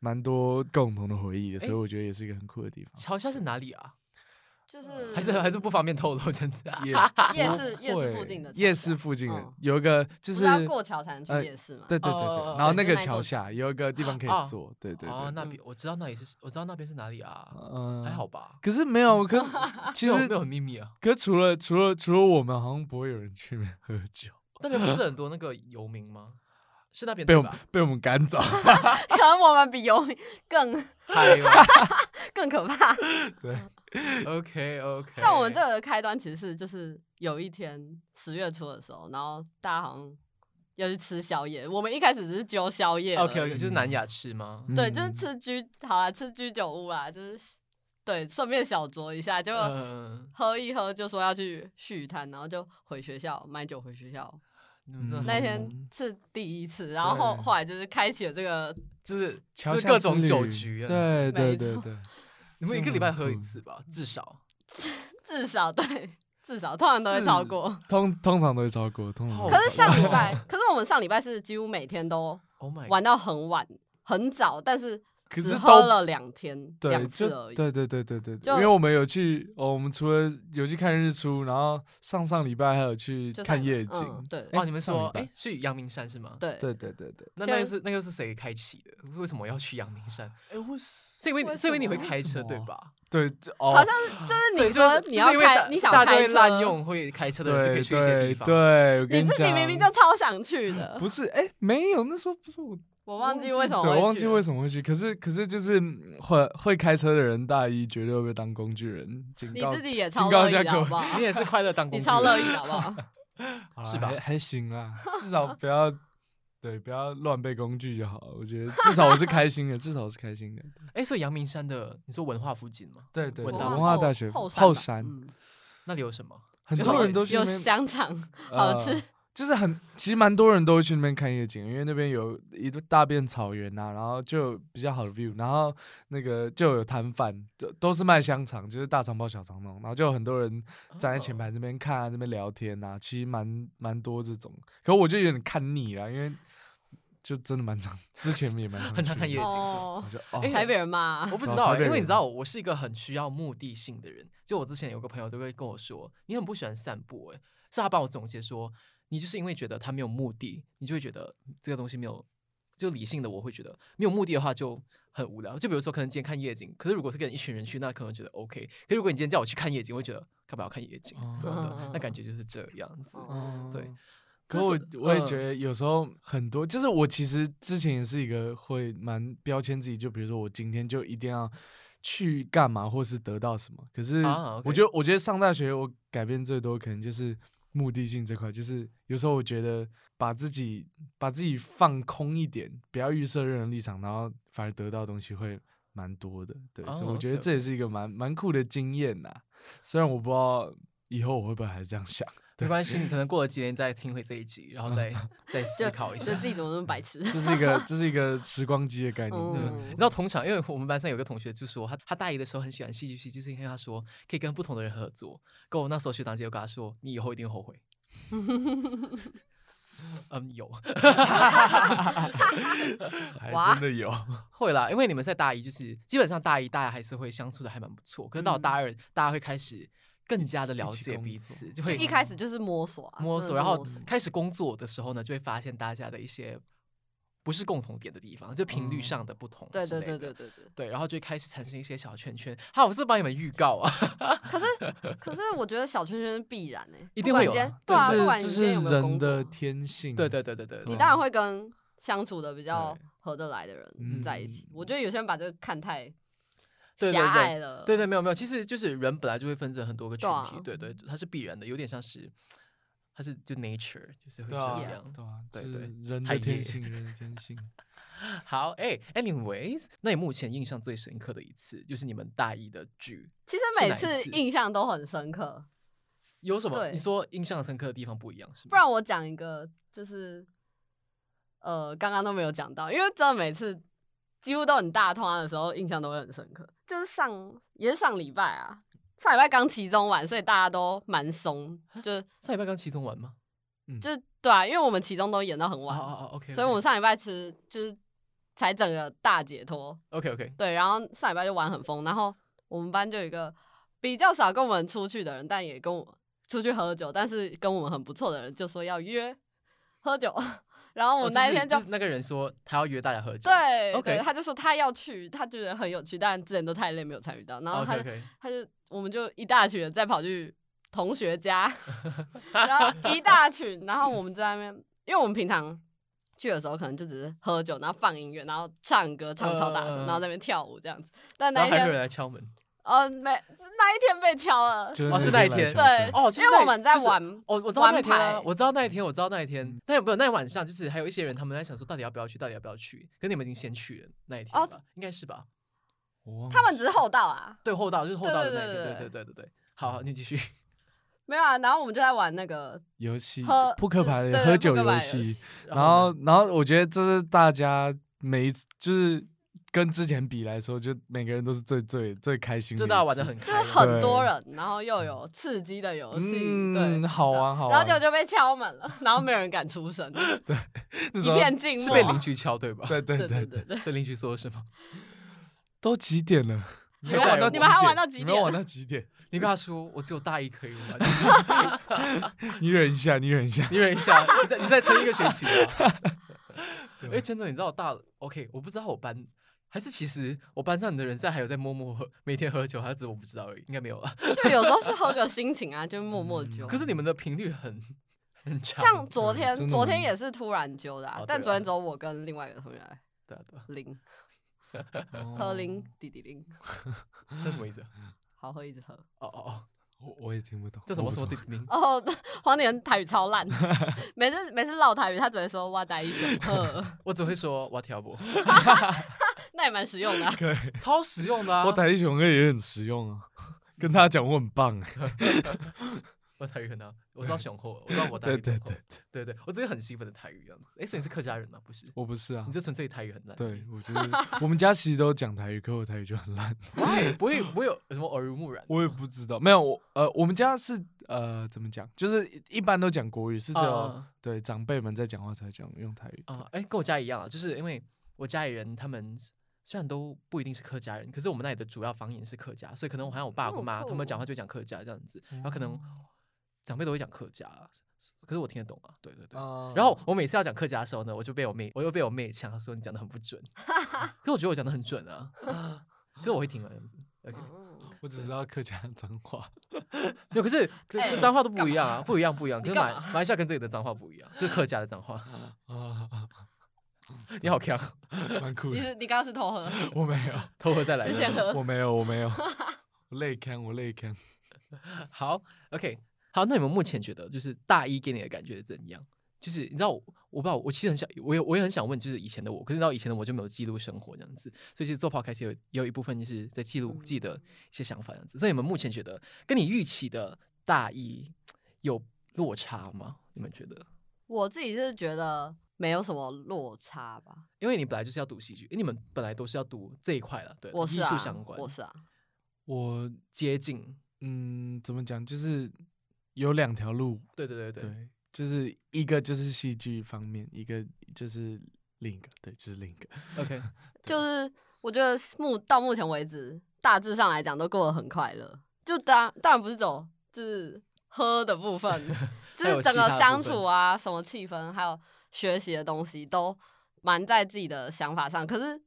Speaker 2: 蛮多共同的回忆的，所以
Speaker 1: 诶
Speaker 2: 我觉得也是一个很酷的地方。
Speaker 1: 桥下是哪里啊？
Speaker 3: 就是
Speaker 2: 嗯
Speaker 1: 还是还是不方便透露这样子啊？
Speaker 2: 也
Speaker 3: 夜
Speaker 2: 不
Speaker 3: 市夜市附
Speaker 2: 会
Speaker 3: 近的桥
Speaker 2: 夜
Speaker 3: 下
Speaker 2: 市附近的
Speaker 3: 嗯
Speaker 2: 有一个就
Speaker 3: 不
Speaker 2: 是
Speaker 3: 要过桥才能去
Speaker 2: 呃
Speaker 3: 夜市嘛。
Speaker 2: 对对对
Speaker 1: 哦
Speaker 2: 对，然后那
Speaker 3: 对就
Speaker 2: 个
Speaker 3: 那一
Speaker 2: 桥
Speaker 3: 座
Speaker 2: 下有一个地方可
Speaker 1: 哦
Speaker 2: 以坐，对对
Speaker 1: 哦，
Speaker 2: 对，
Speaker 1: 那边我知道那也是，我知道那边是哪里啊？
Speaker 2: 嗯
Speaker 1: 还好。吧？
Speaker 2: 可是没有，可其
Speaker 1: 没有
Speaker 2: 实
Speaker 1: 没有很秘密啊，
Speaker 2: 可除了除了除了我们，好像不会有人去那边喝酒，
Speaker 1: 那边不是很多那个游民吗？是那边
Speaker 2: 被
Speaker 1: 对
Speaker 2: 我们
Speaker 1: 吧？
Speaker 2: 被我们赶走。
Speaker 3: 可能我们比游民更
Speaker 1: 嗨哟
Speaker 3: 更可怕。
Speaker 2: 对，
Speaker 1: ，OK OK。
Speaker 3: 但我们这个开端其实是就是有一天十月初的时候，然后大家好像要去吃宵夜。我们一开始只是揪宵夜而已
Speaker 1: OK OK 就是南雅吃吗？
Speaker 3: 对，就是
Speaker 2: 嗯
Speaker 3: 吃居好啦，吃居酒屋啦，就是对，顺便小酌一下，结果
Speaker 1: 嗯，
Speaker 3: 喝一喝就说要去续摊，然后就回学校买酒回学校。
Speaker 1: 你们真的
Speaker 2: 嗯
Speaker 1: 好
Speaker 3: 那天
Speaker 2: 猛
Speaker 3: 是第一次，然后后
Speaker 1: 对
Speaker 3: 后来就是开启了这个，
Speaker 1: 就是
Speaker 2: 桥
Speaker 1: 就是
Speaker 2: 下
Speaker 1: 各
Speaker 2: 之
Speaker 1: 种酒
Speaker 2: 旅
Speaker 1: 局啊，
Speaker 2: 对对
Speaker 3: 没
Speaker 2: 对
Speaker 3: 错
Speaker 2: 对，
Speaker 1: 你们一个礼拜喝一
Speaker 2: 嗯
Speaker 1: 次吧，至少。
Speaker 3: 至少对，至少通常都会超过。
Speaker 2: 通通常都会超过，通常
Speaker 1: 好
Speaker 2: 都
Speaker 3: 可
Speaker 2: 会
Speaker 3: 是
Speaker 2: 超
Speaker 3: 上礼拜，可是我们上礼拜是几乎每天都
Speaker 1: Oh my，
Speaker 3: 玩到很晚很早，但是
Speaker 2: 哎可是
Speaker 3: 只
Speaker 2: 都
Speaker 3: 喝了两天，
Speaker 2: 对，
Speaker 3: 两次
Speaker 2: 就
Speaker 3: 而已。
Speaker 2: 对对对对对，对
Speaker 3: 就
Speaker 2: 因为我们有去，哦，我们除了有去看日出，然后上上礼拜还有去
Speaker 3: 就
Speaker 2: 看
Speaker 3: 上
Speaker 2: 夜景。
Speaker 3: 嗯对
Speaker 2: 哎
Speaker 1: 哦，你们
Speaker 2: 上礼
Speaker 1: 说
Speaker 2: 拜
Speaker 1: 哎去阳明山是吗？
Speaker 3: 对
Speaker 2: 对对对对，
Speaker 1: 那那
Speaker 3: 现在
Speaker 1: 又是那又是谁开启的？为什么要去阳明山？
Speaker 2: 哎，我
Speaker 1: 是因为你是因为你会开车对？吧？
Speaker 2: 对，这哦，
Speaker 3: 好像是就是
Speaker 1: 所以
Speaker 3: 你说
Speaker 1: 就是
Speaker 3: 你
Speaker 1: 就是
Speaker 3: 要
Speaker 1: 因为
Speaker 3: 开，
Speaker 1: 大
Speaker 3: 你想
Speaker 1: 大家
Speaker 3: 开
Speaker 1: 会
Speaker 3: 车，
Speaker 1: 滥用会开车的人就可以
Speaker 2: 对
Speaker 1: 去一些地
Speaker 2: 对
Speaker 1: 方。
Speaker 2: 对，我
Speaker 3: 你
Speaker 2: 跟
Speaker 3: 自己
Speaker 2: 讲，
Speaker 3: 明明就超想去 的，
Speaker 2: 不是哎，没有，那时候不是我，
Speaker 3: 我忘记为什么
Speaker 2: 对，
Speaker 3: 会
Speaker 2: 我忘记
Speaker 3: 去
Speaker 2: 为
Speaker 3: 了
Speaker 2: 什么会去。可是可是就是嗯会会开车的人，大一绝对会被当工具人，警
Speaker 3: 你
Speaker 2: 告
Speaker 3: 自己也
Speaker 2: 警
Speaker 3: 超
Speaker 2: 告
Speaker 3: 乐
Speaker 2: 一
Speaker 3: 意
Speaker 2: 下
Speaker 3: 的
Speaker 2: 各
Speaker 3: 好
Speaker 2: 位
Speaker 3: 不好
Speaker 1: 你？也是快乐当工
Speaker 3: 你
Speaker 1: 具
Speaker 3: 超
Speaker 1: 人
Speaker 3: 乐意的好不好？
Speaker 2: 好啦
Speaker 1: 是吧
Speaker 2: 啊还还行啦，至 少不要对，不要乱被工具就好了。我觉得至少我是开心的，至少我是开心的。
Speaker 1: 哎、所以阳明山的，你说文化附近吗？
Speaker 2: 对对
Speaker 1: 文
Speaker 2: 对，
Speaker 1: 大
Speaker 2: 文
Speaker 1: 后
Speaker 2: 化大学
Speaker 3: 后
Speaker 2: 后山
Speaker 3: 山吧，嗯
Speaker 1: 那里有什么？
Speaker 2: 很
Speaker 1: 有
Speaker 2: 多
Speaker 1: 好
Speaker 2: 人
Speaker 1: 吃
Speaker 2: 都去
Speaker 3: 有
Speaker 2: 那边
Speaker 3: 香肠，好吃
Speaker 2: 呃就是很，其实蛮多人都会去那边看夜景，因为那边有一大片草原呐、啊，然后就有比较好的 view，然后那个就有摊贩，都都是卖香肠，就是大肠包小肠那种，然后就有很多人站在前
Speaker 1: 哦
Speaker 2: 排这边看啊，这边聊天呐、啊，其实蛮蛮多这种，可我就有点看腻了，因为就真的蛮常，之前也蛮常
Speaker 1: 很常看
Speaker 2: 去的
Speaker 1: 夜景
Speaker 2: 我
Speaker 3: 哦，
Speaker 2: 就哦，
Speaker 1: 哎
Speaker 3: 台北人啊嘛
Speaker 1: 我，不知
Speaker 2: 哦
Speaker 1: 道、欸
Speaker 2: 台北
Speaker 1: 因为你
Speaker 2: 人
Speaker 1: 知道我是一个很需要目的性的人。就我之前有个朋友都会跟我说，你很不喜欢散步、欸，是他帮我总结说，你就是因为觉得他没有目的，你就会觉得这个东西没有。就理性的我会觉得没有目的的话就很无聊。就比如说，可能今天看夜景，可是如果是跟一群人去，那可能觉得 OK。可如果你今天叫我去看夜景，我会觉得干嘛要看夜景？
Speaker 2: 哦
Speaker 1: 对不对？那感觉就是这样子。
Speaker 3: 哦
Speaker 1: 对
Speaker 2: 嗯可
Speaker 1: 但
Speaker 2: 我
Speaker 1: 是
Speaker 2: 我也
Speaker 1: 嗯
Speaker 2: 觉得有时候很多，就是我其实之前也是一个会蛮标签自己，就比如说我今天就一定要去干嘛，或是得到什么。可是
Speaker 1: 啊
Speaker 2: 我
Speaker 1: ，OK
Speaker 2: 觉得，我觉得上大学我改变最多，可能就是目的性这块，就是有时候我觉得把自己把自己放空一点，不要预设任何立场，然后反而得到的东西会蛮多的。对，所以
Speaker 1: 哦
Speaker 2: 我觉得
Speaker 1: ，OK，OK
Speaker 2: 这也是一个蛮蛮酷的经验呐。虽然我不知道以后我会不会还是这样想。
Speaker 1: 没关系，你可能过了几年再听回这一集，然 后再再 思
Speaker 3: 就
Speaker 1: 考一
Speaker 3: 觉得
Speaker 1: 下。
Speaker 3: 自己怎么那么白 痴？
Speaker 2: 这是一个这是一个时光机的概念。
Speaker 3: 嗯
Speaker 1: 对
Speaker 2: 对
Speaker 1: 你知道同场，因为我们班上有个同学就说他他大一的时候很喜欢戏剧系，就是因为他说可以跟不同的人合作。跟我那时候学长姐就跟他说，你以后一定后悔。嗯，有
Speaker 2: 还
Speaker 3: 哇
Speaker 2: 真的 有。
Speaker 1: 会啦，因为你们在大一就是基本上大一大家还是会相处的还蛮不错，可是到
Speaker 3: 嗯
Speaker 1: 大二、大家会开始更加的了
Speaker 2: 一起
Speaker 1: 解
Speaker 2: 工
Speaker 1: 彼
Speaker 2: 作
Speaker 1: 此，就会
Speaker 3: 一开始就是摸索啊，
Speaker 1: 摸
Speaker 3: 真的
Speaker 1: 索，
Speaker 3: 是
Speaker 1: 然后
Speaker 3: 摸索
Speaker 1: 开始工作的时候呢，就会发现大家的一些不是共同点的地方，就频率
Speaker 2: 哦
Speaker 1: 上的不同之类
Speaker 3: 嗯对
Speaker 1: 的、
Speaker 3: 对对对对对。
Speaker 1: 对，然后就会开始产生一些小圈圈。好，我是帮你们预告啊，
Speaker 3: 可是可是，我觉得小圈圈是必然诶，
Speaker 1: 一
Speaker 3: 不
Speaker 1: 定会
Speaker 3: 管你
Speaker 1: 有
Speaker 3: 今
Speaker 1: 啊
Speaker 3: 天对
Speaker 2: 这
Speaker 3: 啊，
Speaker 2: 是
Speaker 3: 不
Speaker 2: 这
Speaker 3: 管你今
Speaker 2: 是
Speaker 3: 天有没有
Speaker 2: 人
Speaker 3: 工
Speaker 2: 的
Speaker 3: 作，
Speaker 2: 天性。
Speaker 1: 对对对对对，
Speaker 3: 嗯你
Speaker 1: 对
Speaker 3: 当然会跟相处的比较
Speaker 1: 对
Speaker 3: 合得来的人在一起
Speaker 2: 嗯。
Speaker 3: 我觉得有些人把这个看太
Speaker 1: 对对
Speaker 3: 狭
Speaker 1: 对
Speaker 3: 隘了，
Speaker 1: 对对，没有没有，其实就是人本来就会分成很多个群
Speaker 3: 呃对啊
Speaker 1: 体，对对，它是必然的，有点像是它是就 nature，就是会这
Speaker 2: 对啊，对
Speaker 1: 样
Speaker 2: 啊。，
Speaker 1: 对
Speaker 2: 就是
Speaker 1: 对
Speaker 2: 人
Speaker 1: 太
Speaker 2: 的
Speaker 1: 野
Speaker 2: 天性，人的天性。
Speaker 1: 好，哎，anyways，那你目前印象最深刻的一次就是你们大一的剧，
Speaker 3: 其实
Speaker 1: 是
Speaker 3: 每
Speaker 1: 哪一
Speaker 3: 次
Speaker 1: 次
Speaker 3: 印象都很深刻。
Speaker 1: 有什么？
Speaker 3: 对
Speaker 1: 你说印象深刻的地方不一样是吗？
Speaker 3: 不然我讲一个，就是呃，刚刚都没有讲到，因为真的每次几乎都很大通啊的时候，印象都会很深刻。就是上也是上礼拜啊，上礼拜刚期中完，所以大家都蛮松，就
Speaker 1: 上礼拜刚期中玩吗？
Speaker 3: 就对啊，因为我们期中都演到很
Speaker 1: 哦
Speaker 3: 晚，
Speaker 1: 哦哦，OK，
Speaker 3: 所以我们上礼拜吃就是才整个大解脱。
Speaker 1: OK OK，
Speaker 3: 对，然后上礼拜就玩很疯，然后我们班就有一个比较少跟我们出去的人，但也跟我出去喝酒，但是跟我们很不错的人就说要约喝酒， 然后
Speaker 1: 哦
Speaker 3: 我们那一
Speaker 1: 是
Speaker 3: 天就是
Speaker 1: 那个人说他要约大家喝酒，
Speaker 3: 对
Speaker 1: OK
Speaker 3: 对他就说他要去，他觉得很有趣，但之前都太累没有参与到，然后他
Speaker 1: ，OK
Speaker 3: 就
Speaker 1: OK，
Speaker 3: 他就我们就一大群人再跑去同学家， 然后一大群，然后我们就在那边，因为我们平常去的时候可能就只是喝酒，然后放音乐，然后唱歌唱超
Speaker 2: 嗯
Speaker 3: 大声，然后在那边跳舞这样子。但
Speaker 1: 然
Speaker 3: 那
Speaker 1: 后
Speaker 3: 一
Speaker 1: 还有人
Speaker 3: 天，
Speaker 1: 来敲门，
Speaker 3: 呃，没那一天被敲了，
Speaker 2: 就
Speaker 1: 哦是那一天
Speaker 2: 来
Speaker 3: 对
Speaker 2: 讲，
Speaker 1: 哦就是
Speaker 3: 因为
Speaker 1: 那
Speaker 3: 我们在
Speaker 1: 就是
Speaker 3: 玩，
Speaker 1: 哦，我知道那
Speaker 3: 玩
Speaker 1: 天啊、
Speaker 3: 牌
Speaker 1: 我知道那一天，我知道那一天，那不那晚上就是还有一些人他们在想说到底要不要去，到底要不要去，可你们已经先去了那一天
Speaker 3: 哦
Speaker 1: 吧，应该是吧？
Speaker 2: 我忘
Speaker 3: 他
Speaker 2: 了
Speaker 3: 们只是后到啊，
Speaker 1: 对，后道就是后
Speaker 3: 对
Speaker 1: 道的
Speaker 3: 对
Speaker 1: 那一天，
Speaker 3: 对
Speaker 1: 对对
Speaker 3: 对
Speaker 1: 对对对。好，好你继续。
Speaker 3: 没有啊，然后我们就在玩那个
Speaker 2: 游戏
Speaker 3: 喝
Speaker 2: 扑克牌
Speaker 3: 对
Speaker 2: 的
Speaker 3: 对
Speaker 2: 喝
Speaker 3: 扑
Speaker 2: 酒
Speaker 3: 克牌
Speaker 2: 游
Speaker 3: 游
Speaker 2: 戏
Speaker 3: 戏，
Speaker 2: 然后
Speaker 1: 呢
Speaker 2: 然后我觉得这是大家每一次就是跟之前比来说，就每个人都是最最最开心的
Speaker 1: 就
Speaker 2: 一次，
Speaker 1: 大家玩的很
Speaker 3: 就
Speaker 1: 开
Speaker 3: 是
Speaker 1: 心，
Speaker 3: 很多人，然后又有刺激的游戏，
Speaker 2: 嗯，
Speaker 3: 对，
Speaker 2: 好玩
Speaker 1: 啊
Speaker 2: 好玩。啊
Speaker 3: 然后结果就被敲门了， 然后没有人敢出声，
Speaker 2: 那
Speaker 3: 一
Speaker 2: 时候
Speaker 3: 片 静
Speaker 1: 是
Speaker 3: 默
Speaker 1: 被。邻居敲对吧？
Speaker 2: 对对
Speaker 3: 对
Speaker 2: 对
Speaker 3: 对对，
Speaker 1: 所以邻居说了什么？
Speaker 2: 都几点了？
Speaker 1: 你
Speaker 2: 没有
Speaker 1: 们还
Speaker 2: 玩到
Speaker 1: 你
Speaker 2: 几
Speaker 1: 们
Speaker 2: 点你
Speaker 3: 还玩到几
Speaker 2: 们
Speaker 3: 点
Speaker 2: 玩到几点？
Speaker 1: 你跟他说我只有大一可以玩，
Speaker 2: 你忍一下，你忍一下。
Speaker 1: 你忍一下，你再你再撑一个学期 吧。哎，真的，你知道我大 OK，我不知道我班还是其实我班上的人在还有在默默喝，每天喝酒，还是只是我不知道而已，应该没有了。
Speaker 3: 就有时候是喝个心情啊，就默默
Speaker 2: 哦
Speaker 3: 揪。
Speaker 1: 嗯可是你们的频率很很长，
Speaker 3: 像昨天，
Speaker 2: 真的
Speaker 3: 昨
Speaker 2: 吗
Speaker 3: 天也是突然揪的、啊，
Speaker 1: 哦
Speaker 3: 但
Speaker 1: 对
Speaker 3: 昨
Speaker 1: 啊
Speaker 3: 天只有我跟另外一个同学来
Speaker 1: 对啊对啊，
Speaker 3: 零喝
Speaker 2: 哦
Speaker 3: 零滴滴零，
Speaker 1: 那什么意思啊？
Speaker 3: 好喝一直喝。
Speaker 1: 哦哦哦，
Speaker 2: 我我也听不懂，
Speaker 1: 叫什么
Speaker 2: 我不
Speaker 1: 什么
Speaker 2: 懂
Speaker 1: 叮叮？
Speaker 3: 哦， 黄年台语超 烂，每次每次唠台语，他只会说哇呆一首喝，
Speaker 1: 我只会说我要挑 拨，
Speaker 3: 那也蛮实用的啊、
Speaker 1: 超实用的啊！
Speaker 2: 我台一雄哥也很实用啊， 跟他讲我很棒哎、
Speaker 1: 我台语很好，我知道雄厚，我知道我台
Speaker 2: 对
Speaker 1: 语
Speaker 2: 对
Speaker 1: 很厚
Speaker 2: 对，对
Speaker 1: 对对，我这个很基本的台语这样子。哎，所以你是客家人吗？不是，
Speaker 2: 我不是啊
Speaker 1: 你，这纯粹台语很烂。
Speaker 2: 对我觉得 我们家其实都讲台语，可我台语就很烂，
Speaker 1: ，why 不会不会有什么耳濡目 染？
Speaker 2: 我也不知道，没有我呃，我们家是呃怎么讲，就是一一般都讲国语，是只有、
Speaker 1: 啊
Speaker 2: 对长辈们在讲话才讲用台语。
Speaker 1: 啊，哎，跟我家一样啊，就是因为我家里人他们虽然都不一定是客家人，可是我们那里的主要方言是客家，所以可能我还有我爸
Speaker 3: 哦
Speaker 1: 我妈他们讲
Speaker 3: 酷
Speaker 1: 话就会讲客家这样子，然后可能长辈都会讲客家啊，可是我听得懂啊，对对对。
Speaker 3: 哦
Speaker 2: 啊
Speaker 1: 然后我每次要讲客家的时候呢，我就被我妹，我又被我妹呛，她说你讲的很不 准。可是我觉得我讲的很准啊，可是我会听啊，这样子。OK，
Speaker 3: 嗯
Speaker 2: 我只知道客家脏话，
Speaker 1: 没有，可 是可
Speaker 3: 哎
Speaker 1: 可脏话都不一样啊，不一样，不一样。可
Speaker 3: 你
Speaker 1: 是
Speaker 3: 干
Speaker 1: 马马来西亚跟这里的脏话不一样，就是客家的脏 话。
Speaker 2: 啊，
Speaker 1: 你好强，
Speaker 2: 蛮酷
Speaker 3: 你
Speaker 2: 的。
Speaker 3: 是你刚刚是偷喝，
Speaker 2: 我没有，
Speaker 1: 偷喝再来一
Speaker 3: 你
Speaker 1: 遍。
Speaker 3: 先喝。
Speaker 2: 我没有，我没 有，我累看，我累看。
Speaker 1: 好，OK，好，那你们目前觉得就是大一给你的感觉怎样？就是你知道我，我不知道，我其实很想，我也我也很想问，就是以前的我，可是你知道以前的我就没有记录生活这样子，所以其实做 p o d c 有也有一部分就是在记
Speaker 3: 嗯
Speaker 1: 录自己的一些想法这样子。所以你们目前觉得跟你预期的大一有落差吗？你们觉得？
Speaker 3: 我自己是觉得没有什么落差吧，
Speaker 1: 因为你本来就是要读戏剧，诶你们本来都是要读这一块了，对，
Speaker 3: 我
Speaker 1: 艺
Speaker 3: 是
Speaker 1: 术
Speaker 3: 啊，
Speaker 1: 相关，
Speaker 3: 我是啊，
Speaker 2: 我
Speaker 1: 接近，
Speaker 2: 嗯，怎么讲，就是有两条路，
Speaker 1: 对对对对，
Speaker 2: 对，就是一个就是戏剧方面，一个就是另一个，对，就是另一个。
Speaker 1: OK，
Speaker 3: 就是我觉得目到目前为止，大致上来讲都过得很快乐。就当当然不是走，就是喝的部 分，就
Speaker 1: 还有
Speaker 3: 是整
Speaker 1: 其他
Speaker 3: 个
Speaker 1: 的部
Speaker 3: 相
Speaker 1: 分
Speaker 3: 处啊，什么气氛，还有学习的东西，都蛮在自己的想法上。可是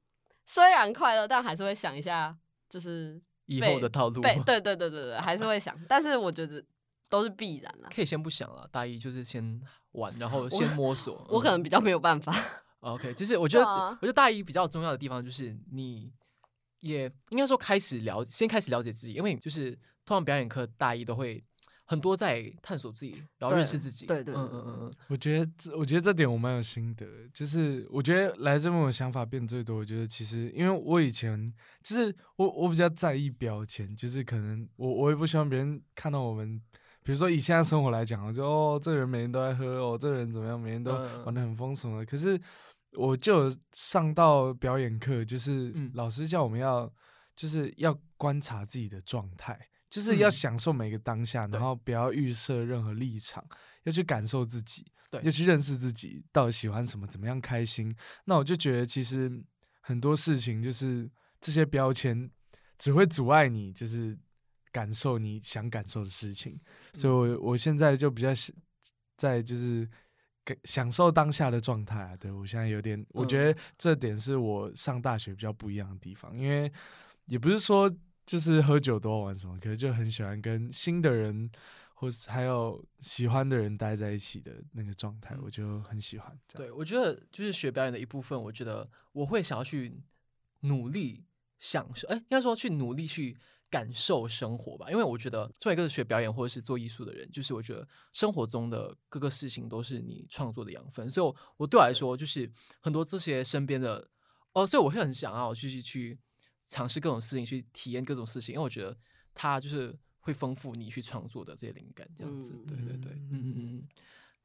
Speaker 3: 虽然快乐，但还是会想一下，就是
Speaker 1: 以
Speaker 3: 被
Speaker 1: 后的套路
Speaker 3: 被对对对对对，还是会想。但是我觉得都是必然啊啦。
Speaker 1: 可以先不想了，大一就是先玩，然后先摸索。
Speaker 3: 我可能比较没有办法，
Speaker 1: 嗯 OK，就是我觉得，
Speaker 3: 对啊
Speaker 1: 我觉得大一比较重要的地方就是你也应该说开始了，先开始了解自己，因为就是通常表演课大一都会很多在探索自己，然后认识自己。
Speaker 3: 对对
Speaker 1: 嗯
Speaker 3: 对
Speaker 1: 嗯嗯嗯，
Speaker 2: 我觉得这，我觉得这点我蛮有心得的，就是我觉得来这边我想法变最多，我觉得其实因为我以前就是我我比较在意标签，就是可能我我也不希望别人看到我们。比如说以现在生活来讲，我就哦，这个人每天都在喝，哦，这个人怎么样，每天都
Speaker 1: 嗯嗯嗯
Speaker 2: 玩的很疯什么的。可是我就有上到表演课，就是
Speaker 1: 嗯
Speaker 2: 老师叫我们要，就是要观察自己的状态，就是要
Speaker 1: 嗯
Speaker 2: 享受每个当下，
Speaker 1: 对
Speaker 2: 然后不要预设任何立场，要去感受自己。
Speaker 1: 对
Speaker 2: 要去认识自己到底喜欢什么，怎么样开心。那我就觉得其实很多事情就是这些标签只会阻碍你，就是感受你想感受的事情。所以
Speaker 1: 嗯
Speaker 2: 我我现在就比较喜在就是感享受当下的状态啊。对我现在有点，我
Speaker 1: 嗯
Speaker 2: 觉得这点是我上大学比较不一样的地方，因为也不是说就是喝酒多好玩什么，可是就很喜欢跟新的人。或是还有喜欢的人待在一起的那个状态，
Speaker 1: 嗯
Speaker 2: 我就很喜欢。这样
Speaker 1: 对，我觉得就是学表演的一部分，我觉得我会想要去努力享受，哎，应该说去努力去感受生活吧。因为我觉得作为一个学表演或者是做艺术的人，就是我觉得生活中的各个事情都是你创作的养分，所以我我对我来说，就是很多这些身边的，哦，所以我会很想要去去去尝试各种事情，去体验各种事情，因为我觉得它就是会丰富你去创作的这些灵感，这样子。
Speaker 3: 嗯
Speaker 1: 对对对，嗯嗯嗯，对。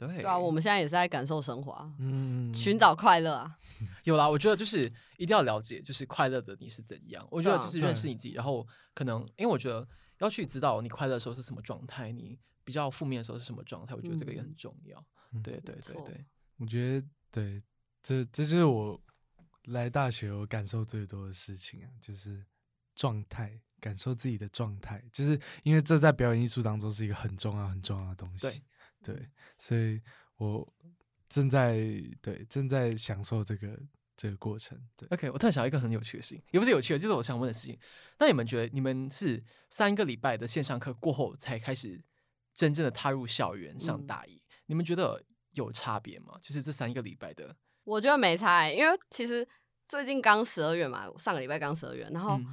Speaker 3: 对啊，我们现在也是在感受生活、啊，
Speaker 2: 嗯
Speaker 3: 寻找快乐啊。
Speaker 1: 有啦，我觉得就是一定要了解，就是快乐的你是怎样。我觉得
Speaker 3: 对啊
Speaker 1: 就是认识
Speaker 2: 对
Speaker 1: 你自己，然后可能因为我觉得要去知道你快乐的时候是什么状态，你比较负面的时候是什么状态，我觉得这个也很重要。
Speaker 2: 嗯
Speaker 1: 对对对
Speaker 3: 错
Speaker 1: 对，
Speaker 2: 我觉得对，这这就是我来大学我感受最多的事情啊，就是状态，感受自己的状态，就是因为这在表演艺术当中是一个很重要、很重要的东西。对，所以我正在对正在享受这个这个过程。对，
Speaker 1: OK，我突然想到一个很有趣的事情，也不是有趣的，就是我想问的事情。那你们觉得你们是三个礼拜的线上课过后才开始真正的踏入校园上
Speaker 3: 嗯
Speaker 1: 大一，你们觉得有差别吗？就是这三个礼拜的，
Speaker 3: 我觉得没差、欸，因为其实最近刚十二月嘛，我上个礼拜刚十二月，然后
Speaker 1: 嗯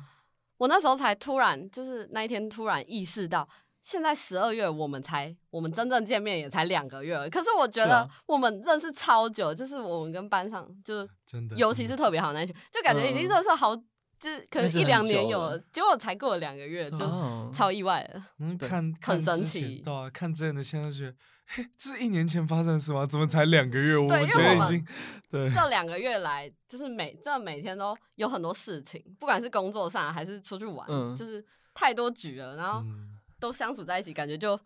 Speaker 3: 我那时候才突然就是那一天突然意识到，现在十二月我们才我们真正见面也才两个月而已，可是我觉
Speaker 1: 对啊
Speaker 3: 得我们认识超久，就是我们跟班上就是
Speaker 2: 真的，
Speaker 3: 尤其是
Speaker 2: 真的
Speaker 3: 特别好那一群，就感觉已经认识好，就是
Speaker 1: 嗯
Speaker 3: 可
Speaker 1: 认
Speaker 3: 能
Speaker 1: 识
Speaker 3: 一两
Speaker 1: 很久
Speaker 3: 年有
Speaker 1: 了
Speaker 3: 了，结果才过了两个月，就
Speaker 1: 哦
Speaker 3: 超意外的。
Speaker 2: 嗯
Speaker 1: 对
Speaker 2: 看看
Speaker 3: 神
Speaker 2: 之前
Speaker 3: 奇
Speaker 2: 对啊，看之前的现在就觉得，嘿，这是一年前发生的事吗？怎么才两个月？我
Speaker 3: 对因为
Speaker 2: 觉得
Speaker 3: 我
Speaker 2: 已
Speaker 3: 们
Speaker 2: 经对
Speaker 3: 这两个月来，就是每这每天都有很多事情，不管是工作上还是出去玩，
Speaker 1: 嗯
Speaker 3: 就是太多局了，然后
Speaker 2: 嗯
Speaker 3: 都相处在一起，感觉就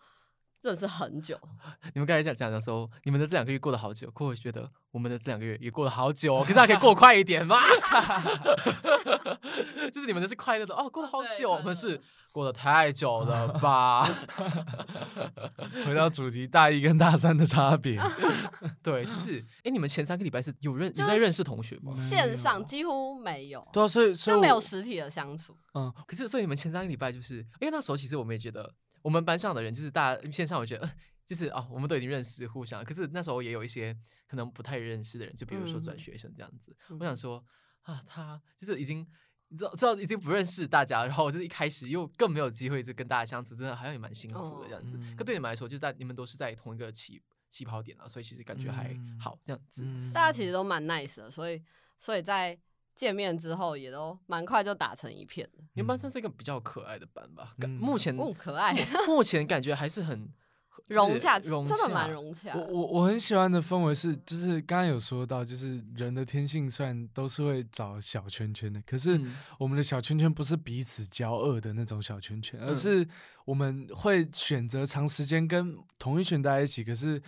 Speaker 3: 认识很久。
Speaker 1: 你们刚才讲讲的时候，你们的这两个月过得好久，可我觉得我们的这两个月也过得好久、哦，可是还可以过快一 点嘛。 就是你们的是快乐的哦，过得好
Speaker 3: 对
Speaker 1: 久，
Speaker 3: 快
Speaker 1: 我们是
Speaker 3: 乐
Speaker 1: 过得太久 了吧？
Speaker 2: 回到主题，大一跟大三的差 别。
Speaker 1: 对，就是哎，诶你们前三个礼拜是有认
Speaker 3: 就
Speaker 1: 有在
Speaker 3: 是
Speaker 1: 认识同学吗？
Speaker 2: 没有
Speaker 3: 线上几乎没有，
Speaker 2: 嗯对啊，所以所以
Speaker 3: 就没有
Speaker 2: 我
Speaker 3: 实体的相处。
Speaker 2: 嗯，
Speaker 1: 可是，所以你们前三个礼拜就是，因为那时候其实我们也觉得，我们班上的人就是大家线上，我觉得呃就是啊、我们都已经认识互相。可是那时候也有一些可能不太认识的人，就比如说转
Speaker 3: 嗯
Speaker 1: 学生这样子。
Speaker 3: 嗯
Speaker 1: 我想说啊，他就是已经。你知道，知道已经不认识大家，然后就是一开始又更没有机会就跟大家相处，真的好像也蛮辛苦的这样子。
Speaker 2: 哦
Speaker 3: 嗯
Speaker 1: 可对你们来说，就是在你们都是在同一个起起跑点啊，所以其实感觉还
Speaker 2: 嗯
Speaker 1: 好这样子。
Speaker 3: 大家其实都蛮 nice 的，所以所以在见面之后也都蛮快就打成一片的，
Speaker 1: 你们班算
Speaker 2: 嗯
Speaker 1: 是一个比较可爱的班吧？感
Speaker 2: 嗯
Speaker 1: 目前
Speaker 3: 哦，可 爱，
Speaker 1: 目前感觉还是很就是
Speaker 3: 融洽，
Speaker 1: 融
Speaker 3: 真的
Speaker 1: 洽
Speaker 3: 蛮融洽的。
Speaker 2: 我我我很喜欢的氛围是，就是刚刚有说到，就是人的天性虽然都是会找小圈圈的，可是
Speaker 1: 嗯
Speaker 2: 我们的小圈圈不是彼此交恶的那种小圈圈，而
Speaker 1: 嗯
Speaker 2: 是我们会选择长时间跟同一群待在一起，可是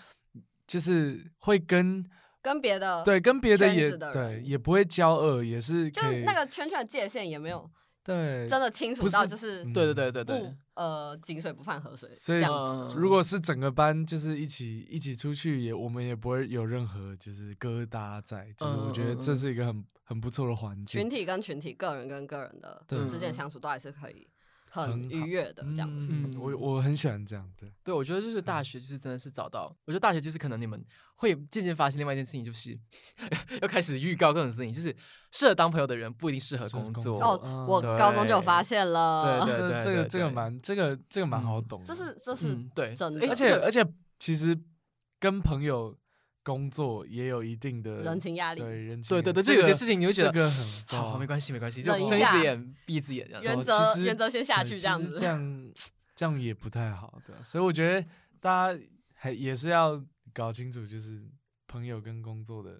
Speaker 2: 就是会跟
Speaker 3: 跟别的
Speaker 2: 对跟别的
Speaker 3: 呃圈
Speaker 2: 也
Speaker 3: 子的
Speaker 2: 对
Speaker 3: 人
Speaker 2: 也不会交恶，也是
Speaker 3: 就
Speaker 2: 可以
Speaker 3: 是那个圈圈的界限也没有
Speaker 2: 对
Speaker 3: 真的清
Speaker 2: 不
Speaker 3: 楚
Speaker 2: 是
Speaker 3: 到，就是
Speaker 2: 嗯
Speaker 1: 对对对对
Speaker 3: 不、
Speaker 1: 对，
Speaker 3: 呃井水不犯河水
Speaker 2: 所
Speaker 3: 这
Speaker 2: 以呃
Speaker 3: 样子。
Speaker 1: 嗯
Speaker 2: 如果是整个班就是一起一起出去也，我们也不会有任何就是疙瘩在，就是我觉得
Speaker 1: 嗯嗯
Speaker 2: 这
Speaker 1: 嗯
Speaker 2: 是一个很很不错的环境
Speaker 3: 群。体跟群体、个人跟个人的
Speaker 2: 对嗯
Speaker 3: 之间相处都还是可以很
Speaker 2: 很好
Speaker 3: 愉悦的这样子。
Speaker 2: 嗯
Speaker 1: 嗯
Speaker 2: 我我很喜欢这样，对，
Speaker 1: 对我觉得就是大学就是真的是找到，我觉得大学就是可能你们会渐渐发现另外一件事情，就是 要开始预告各种事情，就是适合当朋友的人不一定适合
Speaker 2: 适合
Speaker 1: 工
Speaker 2: 工
Speaker 1: 作。
Speaker 2: 作
Speaker 3: 哦，
Speaker 2: 嗯
Speaker 3: 我高中就有发现了，
Speaker 1: 对
Speaker 2: 这这个这个
Speaker 1: 对
Speaker 2: 蛮这个这个蛮好
Speaker 1: 嗯
Speaker 2: 懂的，
Speaker 3: 这是这是、
Speaker 1: 嗯，对，
Speaker 3: 真的
Speaker 1: 诶
Speaker 2: 而
Speaker 1: 这
Speaker 2: 且
Speaker 1: 个
Speaker 2: 而且其实跟朋友工作也有一定的
Speaker 3: 人情压力
Speaker 2: 对人情
Speaker 1: 对对对，
Speaker 2: 压力
Speaker 1: 就有些事情你会觉
Speaker 2: 这
Speaker 1: 得
Speaker 2: 个很啊
Speaker 1: 好，没
Speaker 2: 系，
Speaker 1: 关系没关系，就
Speaker 3: 忍
Speaker 1: 睁
Speaker 3: 一
Speaker 1: 一
Speaker 3: 下
Speaker 1: 只眼闭一只眼这样
Speaker 3: 原
Speaker 1: 子。
Speaker 2: 对
Speaker 3: 则
Speaker 2: 哦其实
Speaker 3: 原则先下
Speaker 2: 对
Speaker 3: 去
Speaker 2: 其
Speaker 3: 这样
Speaker 2: 实
Speaker 3: 子
Speaker 2: 这样这样也不太好，对啊所以我觉得大家还也是要搞清楚，就是朋友跟工作 的，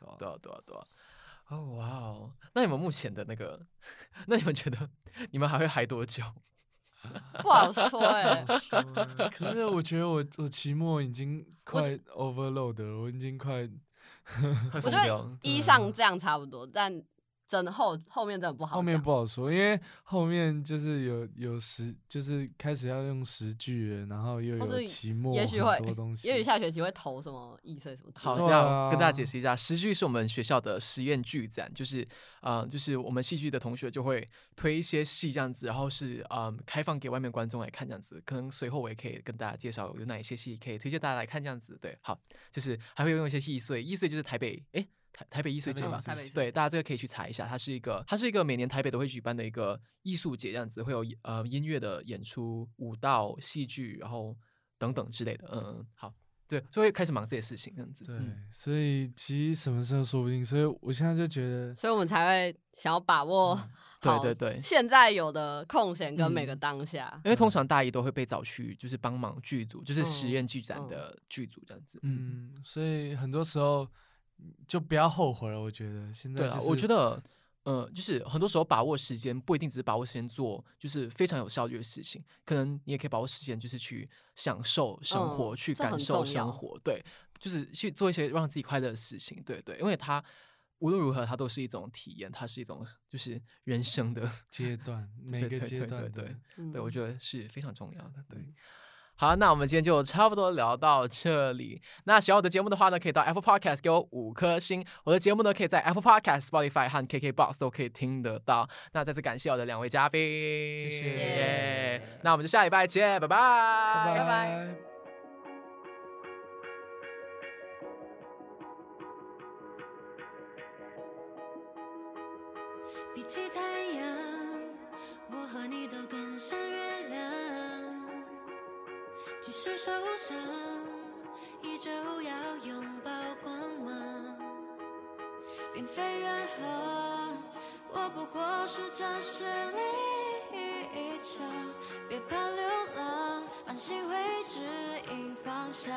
Speaker 2: 对吧
Speaker 1: 对啊对啊对啊。哦哇哦，那你们目前的那个， 那你们觉得你们还会嗨多久？
Speaker 3: 不好说哎、
Speaker 2: 好说欸可是我觉得我我期末已经快 overload 了，我已经快
Speaker 1: 快
Speaker 3: 我
Speaker 1: 疯
Speaker 3: 觉
Speaker 1: 掉
Speaker 3: 得！一上这样差不多，但真的后后面真的不好讲。
Speaker 2: 后面不好说，因为后面就是有有时就是开始要用时句了，然后又
Speaker 3: 或
Speaker 2: 有
Speaker 3: 是
Speaker 2: 期末
Speaker 3: 也许
Speaker 2: 很
Speaker 3: 会
Speaker 2: 多东西，
Speaker 3: 也许下学期会投什么易碎什么之类
Speaker 1: 好，
Speaker 3: 的。嗯
Speaker 2: 对
Speaker 1: 要跟大家
Speaker 2: 啊
Speaker 1: 解释一下，诗句是我们学校的实验剧展，就是呃，就是我们戏剧的同学就会推一些戏这样子，然后是嗯、开放给外面观众来看这样子。可能随后我也可以跟大家介绍有哪一些戏可以推荐大家来看这样子。对，好，就是还会用一些易碎，易碎就是台北诶，台台北易碎
Speaker 2: 台
Speaker 1: 节
Speaker 2: 北
Speaker 1: 吧
Speaker 2: 易，
Speaker 3: 台北
Speaker 1: 对，大家这个可以去查一下，它是一个，它是一个每年台北都会举办的一个艺术节，这样子会有呃音乐的演出、舞蹈、戏剧，然后等等之类的。嗯，嗯，好，对，所以会开始忙这些事情，这样子。
Speaker 2: 对
Speaker 1: 嗯，
Speaker 2: 所以其实什么时候说不定，所以我现在就觉得
Speaker 3: 所以我们才会想要把握
Speaker 2: 嗯
Speaker 1: 对
Speaker 3: 好
Speaker 1: 对对
Speaker 3: 现在有的空闲跟每个
Speaker 1: 嗯
Speaker 3: 当下。
Speaker 1: 因为通常大一都会被找去，就是帮忙剧组，就是实
Speaker 3: 嗯
Speaker 1: 验剧展
Speaker 3: 嗯
Speaker 1: 的剧组这样子。嗯，
Speaker 2: 嗯，所以很多时候就不要后悔了。我觉得现在、
Speaker 1: 对啊，我觉得，呃，就是很多时候把握时间不一定只是把握时间做，就是非常有效率的事情，可能你也可以把握时间，就是去享受生活，
Speaker 3: 嗯
Speaker 1: 去
Speaker 3: 这
Speaker 1: 感
Speaker 3: 很
Speaker 1: 受
Speaker 3: 重
Speaker 1: 生
Speaker 3: 要
Speaker 1: 活，对，就是去做一些让自己快乐的事情，对对，因为它无论如何，它都是一种体验，它是一种就是人生的
Speaker 2: 阶段，每
Speaker 1: 对
Speaker 2: 个
Speaker 1: 对
Speaker 2: 阶
Speaker 1: 对
Speaker 2: 段
Speaker 1: 对
Speaker 2: 的
Speaker 1: 对
Speaker 3: 嗯
Speaker 1: 对，我觉得是非常重要的。
Speaker 2: 嗯
Speaker 1: 对，好，那我们今天就差不多聊到这里。那喜欢我的节目的话呢，可以到 Apple Podcast 给我五颗星。我的节目呢，可以在 Apple Podcast、Spotify 和 KKBox 都可以听得到。那再次感谢我的两位嘉宾，
Speaker 2: 谢谢
Speaker 1: 耶那我们就下礼拜见，拜拜
Speaker 2: 拜
Speaker 3: 拜
Speaker 2: 拜
Speaker 3: 拜。
Speaker 4: 比起太阳，我和你都更像月亮。即使受伤，依旧要拥抱光芒。并非任何，我不过是暂时离一场。别怕流浪，繁星会指引方向。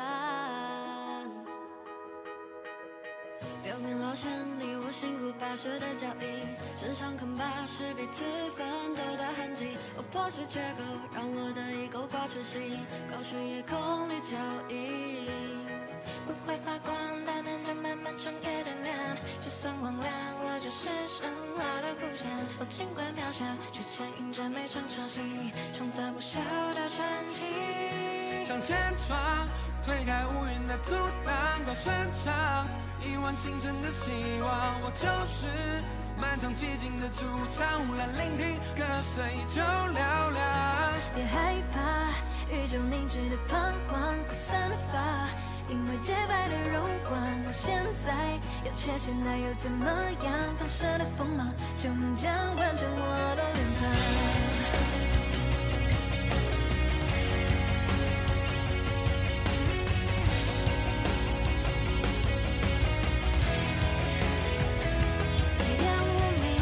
Speaker 4: 表面落线你我辛苦跋涉的脚印，身上坑疤是彼此奋斗的痕迹。我破碎缺口，让我的一钩挂成心，高悬夜空里交易。
Speaker 5: 不会发光，但能将慢慢长夜点亮。就算荒凉，我就是神话的故乡。我尽管渺小，却牵引着每场潮汐，创造不朽的传奇。
Speaker 6: 向前闯，推开乌云的阻挡，高声唱，一万星辰的希望。我就是漫长寂静的主唱，来聆听歌声依旧嘹亮。
Speaker 4: 别害怕，宇宙凝滞的彷徨会散发，因为洁白的柔光。我现在要缺陷，那又怎么样？放射的锋芒终将完成我的脸庞。
Speaker 5: 一点无名，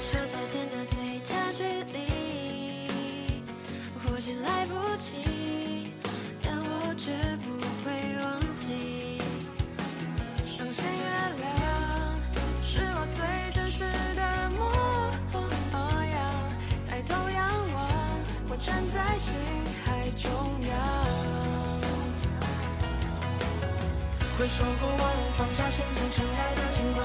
Speaker 5: 说再见的最佳距离，或许来不及，但我绝不会忘记。双星月亮是我最真实的模样，抬头仰望，我站在星海中央。
Speaker 6: 回首过往，放下心中尘埃的牵挂，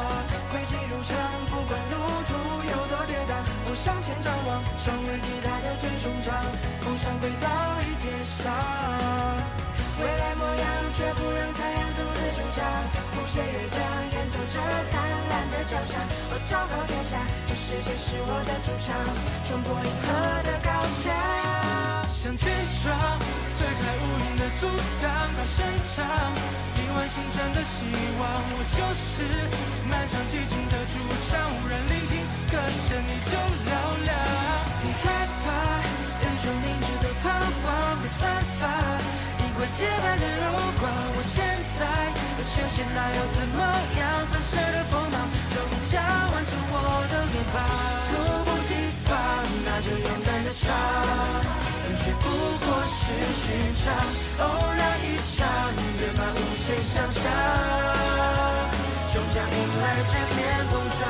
Speaker 6: 轨迹如常，不管路途有多跌宕，我向前张望，相遇抵达的最终章，梦想轨道已接上。未来模样，绝不让太阳独自主张，谱写乐章，演奏着灿烂的交响。我昭告天下，这世界是我的主场，冲破银河的高墙。向前闯，推开乌云的阻挡，高声唱，亿万星辰的希望。我就是漫长寂静的主唱，无人聆听，歌声依旧嘹亮。你害怕宇宙凝滞的彷徨会散发，因为洁白的柔光。我现在的缺陷那又怎么样？反射的锋芒终将完成我的脸庞，猝不及防，那就勇敢的闯。只不过是寻常，偶然一场，别漫无限想象，终将迎来这面碰撞。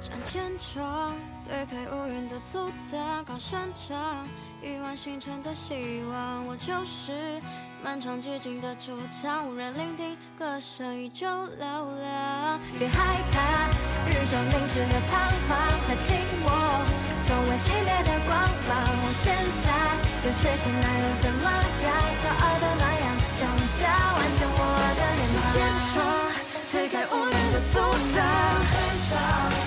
Speaker 5: 向前闯，推开无人的阻挡，高声唱，亿万星辰的希望。我就是漫长寂静的主唱，无人聆听，歌声依旧嘹亮。
Speaker 4: 别害怕，宇宙凝滞的彷徨，快紧握从未熄灭的光芒。我现在有缺陷，那又怎么样？骄傲的暖阳，终将完成我的脸
Speaker 6: 向前
Speaker 4: 庞。
Speaker 6: 闯，推开无人的阻挡，